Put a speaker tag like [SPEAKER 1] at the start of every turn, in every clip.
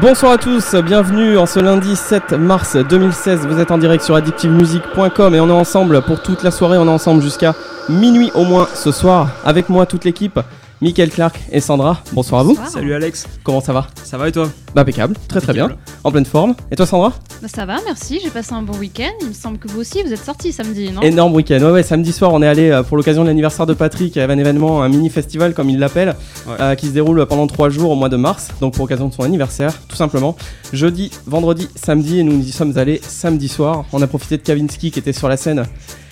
[SPEAKER 1] Bonsoir à tous, bienvenue en ce lundi 7 mars 2016. Vous êtes en direct sur addictivemusic.com et on est ensemble pour toute la soirée. On est ensemble jusqu'à minuit au moins ce soir. Avec moi, toute l'équipe, Michael Clark et Sandra. Bonsoir à vous.
[SPEAKER 2] Bonsoir.
[SPEAKER 3] Salut Alex,
[SPEAKER 1] Comment ça va
[SPEAKER 3] ça va et toi
[SPEAKER 1] Bah, impeccable, très très bien. En pleine forme. Et toi, Sandra
[SPEAKER 2] Bah, ça va, merci, j'ai passé un bon week-end. Il me semble que vous aussi, vous êtes sortis samedi, non
[SPEAKER 1] Énorme week-end. Ouais, ouais, samedi soir, on est allé euh, pour l'occasion de l'anniversaire de Patrick. Il y avait un événement, un mini festival comme il l'appelle,
[SPEAKER 3] Ouais.
[SPEAKER 1] euh, qui se déroule pendant trois jours au mois de mars, donc pour l'occasion de son anniversaire, tout simplement. Jeudi, vendredi, samedi, et nous nous y sommes allés samedi soir. On a profité de Kavinsky qui était sur la scène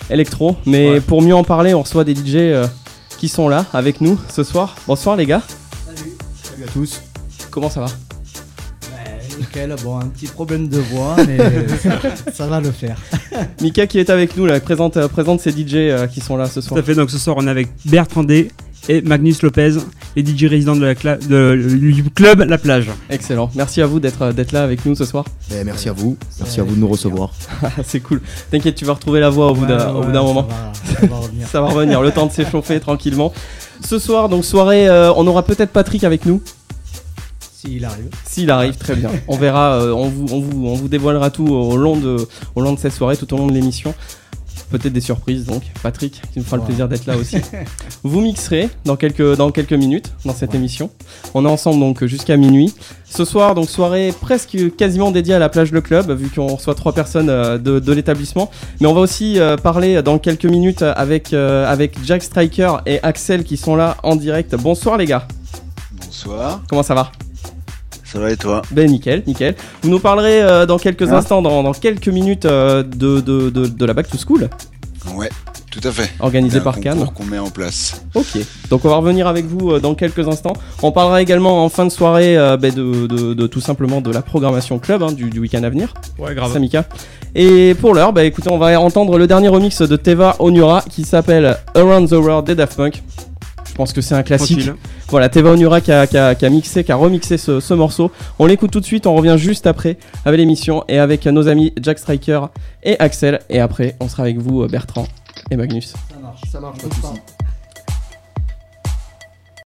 [SPEAKER 1] électro, mais
[SPEAKER 3] Ouais.
[SPEAKER 1] pour mieux en parler, on reçoit des DJ euh, qui sont là avec nous ce soir. Bonsoir les gars,
[SPEAKER 4] Salut à tous.
[SPEAKER 1] comment ça va
[SPEAKER 4] Nickel, bon, un petit problème de voix, mais ça, ça va le faire.
[SPEAKER 1] Mika qui est avec nous là, présente, euh, présente ces DJ euh, qui sont là ce
[SPEAKER 3] Tout
[SPEAKER 1] soir.
[SPEAKER 3] à fait, donc ce soir on est avec Bertrand D et Magnus Lopez, les DJ résidents de la cla- de, du club La Plage.
[SPEAKER 1] Excellent, merci à vous d'être euh, d'être là avec nous ce soir.
[SPEAKER 5] Eh, merci à vous, merci
[SPEAKER 4] Ça
[SPEAKER 5] à vous de nous
[SPEAKER 4] fait plaisir.
[SPEAKER 5] recevoir.
[SPEAKER 1] C'est cool, t'inquiète, tu vas retrouver la voix au bout d'un au bout d'un moment.
[SPEAKER 4] Ça va, ça va revenir.
[SPEAKER 1] Ça va revenir, le temps de s'échauffer tranquillement. Ce soir, donc soirée, euh, on aura peut-être Patrick avec nous.
[SPEAKER 4] S'il arrive.
[SPEAKER 1] S'il arrive, très bien. On verra, euh, on, vous, on, vous, on vous dévoilera tout au long, de, au long de cette soirée, tout au long de l'émission. Peut-être des surprises, donc Patrick, qui nous fera le
[SPEAKER 4] Ouais.
[SPEAKER 1] plaisir d'être là aussi. vous mixerez dans quelques, dans quelques minutes dans cette
[SPEAKER 4] Ouais.
[SPEAKER 1] émission. On est ensemble donc jusqu'à minuit. Ce soir, donc soirée presque quasiment dédiée à la plage Le Club, vu qu'on reçoit trois personnes euh, de, de l'établissement. Mais on va aussi euh, parler dans quelques minutes avec, euh, avec Jack Striker et Axel qui sont là en direct. Bonsoir les gars,
[SPEAKER 6] Bonsoir,
[SPEAKER 1] comment ça va
[SPEAKER 6] ça va et toi
[SPEAKER 1] ben nickel, nickel. Vous nous parlerez euh, dans quelques
[SPEAKER 6] Hein
[SPEAKER 1] instants, dans, dans quelques minutes euh, de, de, de, de la Back to School
[SPEAKER 6] Ouais, tout à fait.
[SPEAKER 1] organisée
[SPEAKER 6] C'est un
[SPEAKER 1] par Cannes.
[SPEAKER 6] concours qu'on met en place.
[SPEAKER 1] Ok, donc on va revenir avec vous euh, dans quelques instants. On parlera également en fin de soirée euh, ben, de, de- de- tout simplement de la programmation club hein, du, du week-end à venir.
[SPEAKER 3] Ouais,
[SPEAKER 1] Samika. Et pour l'heure, bah écoutez, on va entendre le dernier remix de Teva Onura qui s'appelle Around the World des Daft Punk. Je pense que c'est un classique.
[SPEAKER 3] Tranquille.
[SPEAKER 1] Voilà, Teva Onura qui a, qui a- qui a mixé, qui a remixé ce, ce morceau. On l'écoute tout de suite, on revient juste après avec l'émission et avec nos amis Jack Striker et Axel. Et après, on sera avec vous, euh, Bertrand et Magnus.
[SPEAKER 4] Ça marche, ça marche. Pas de souci.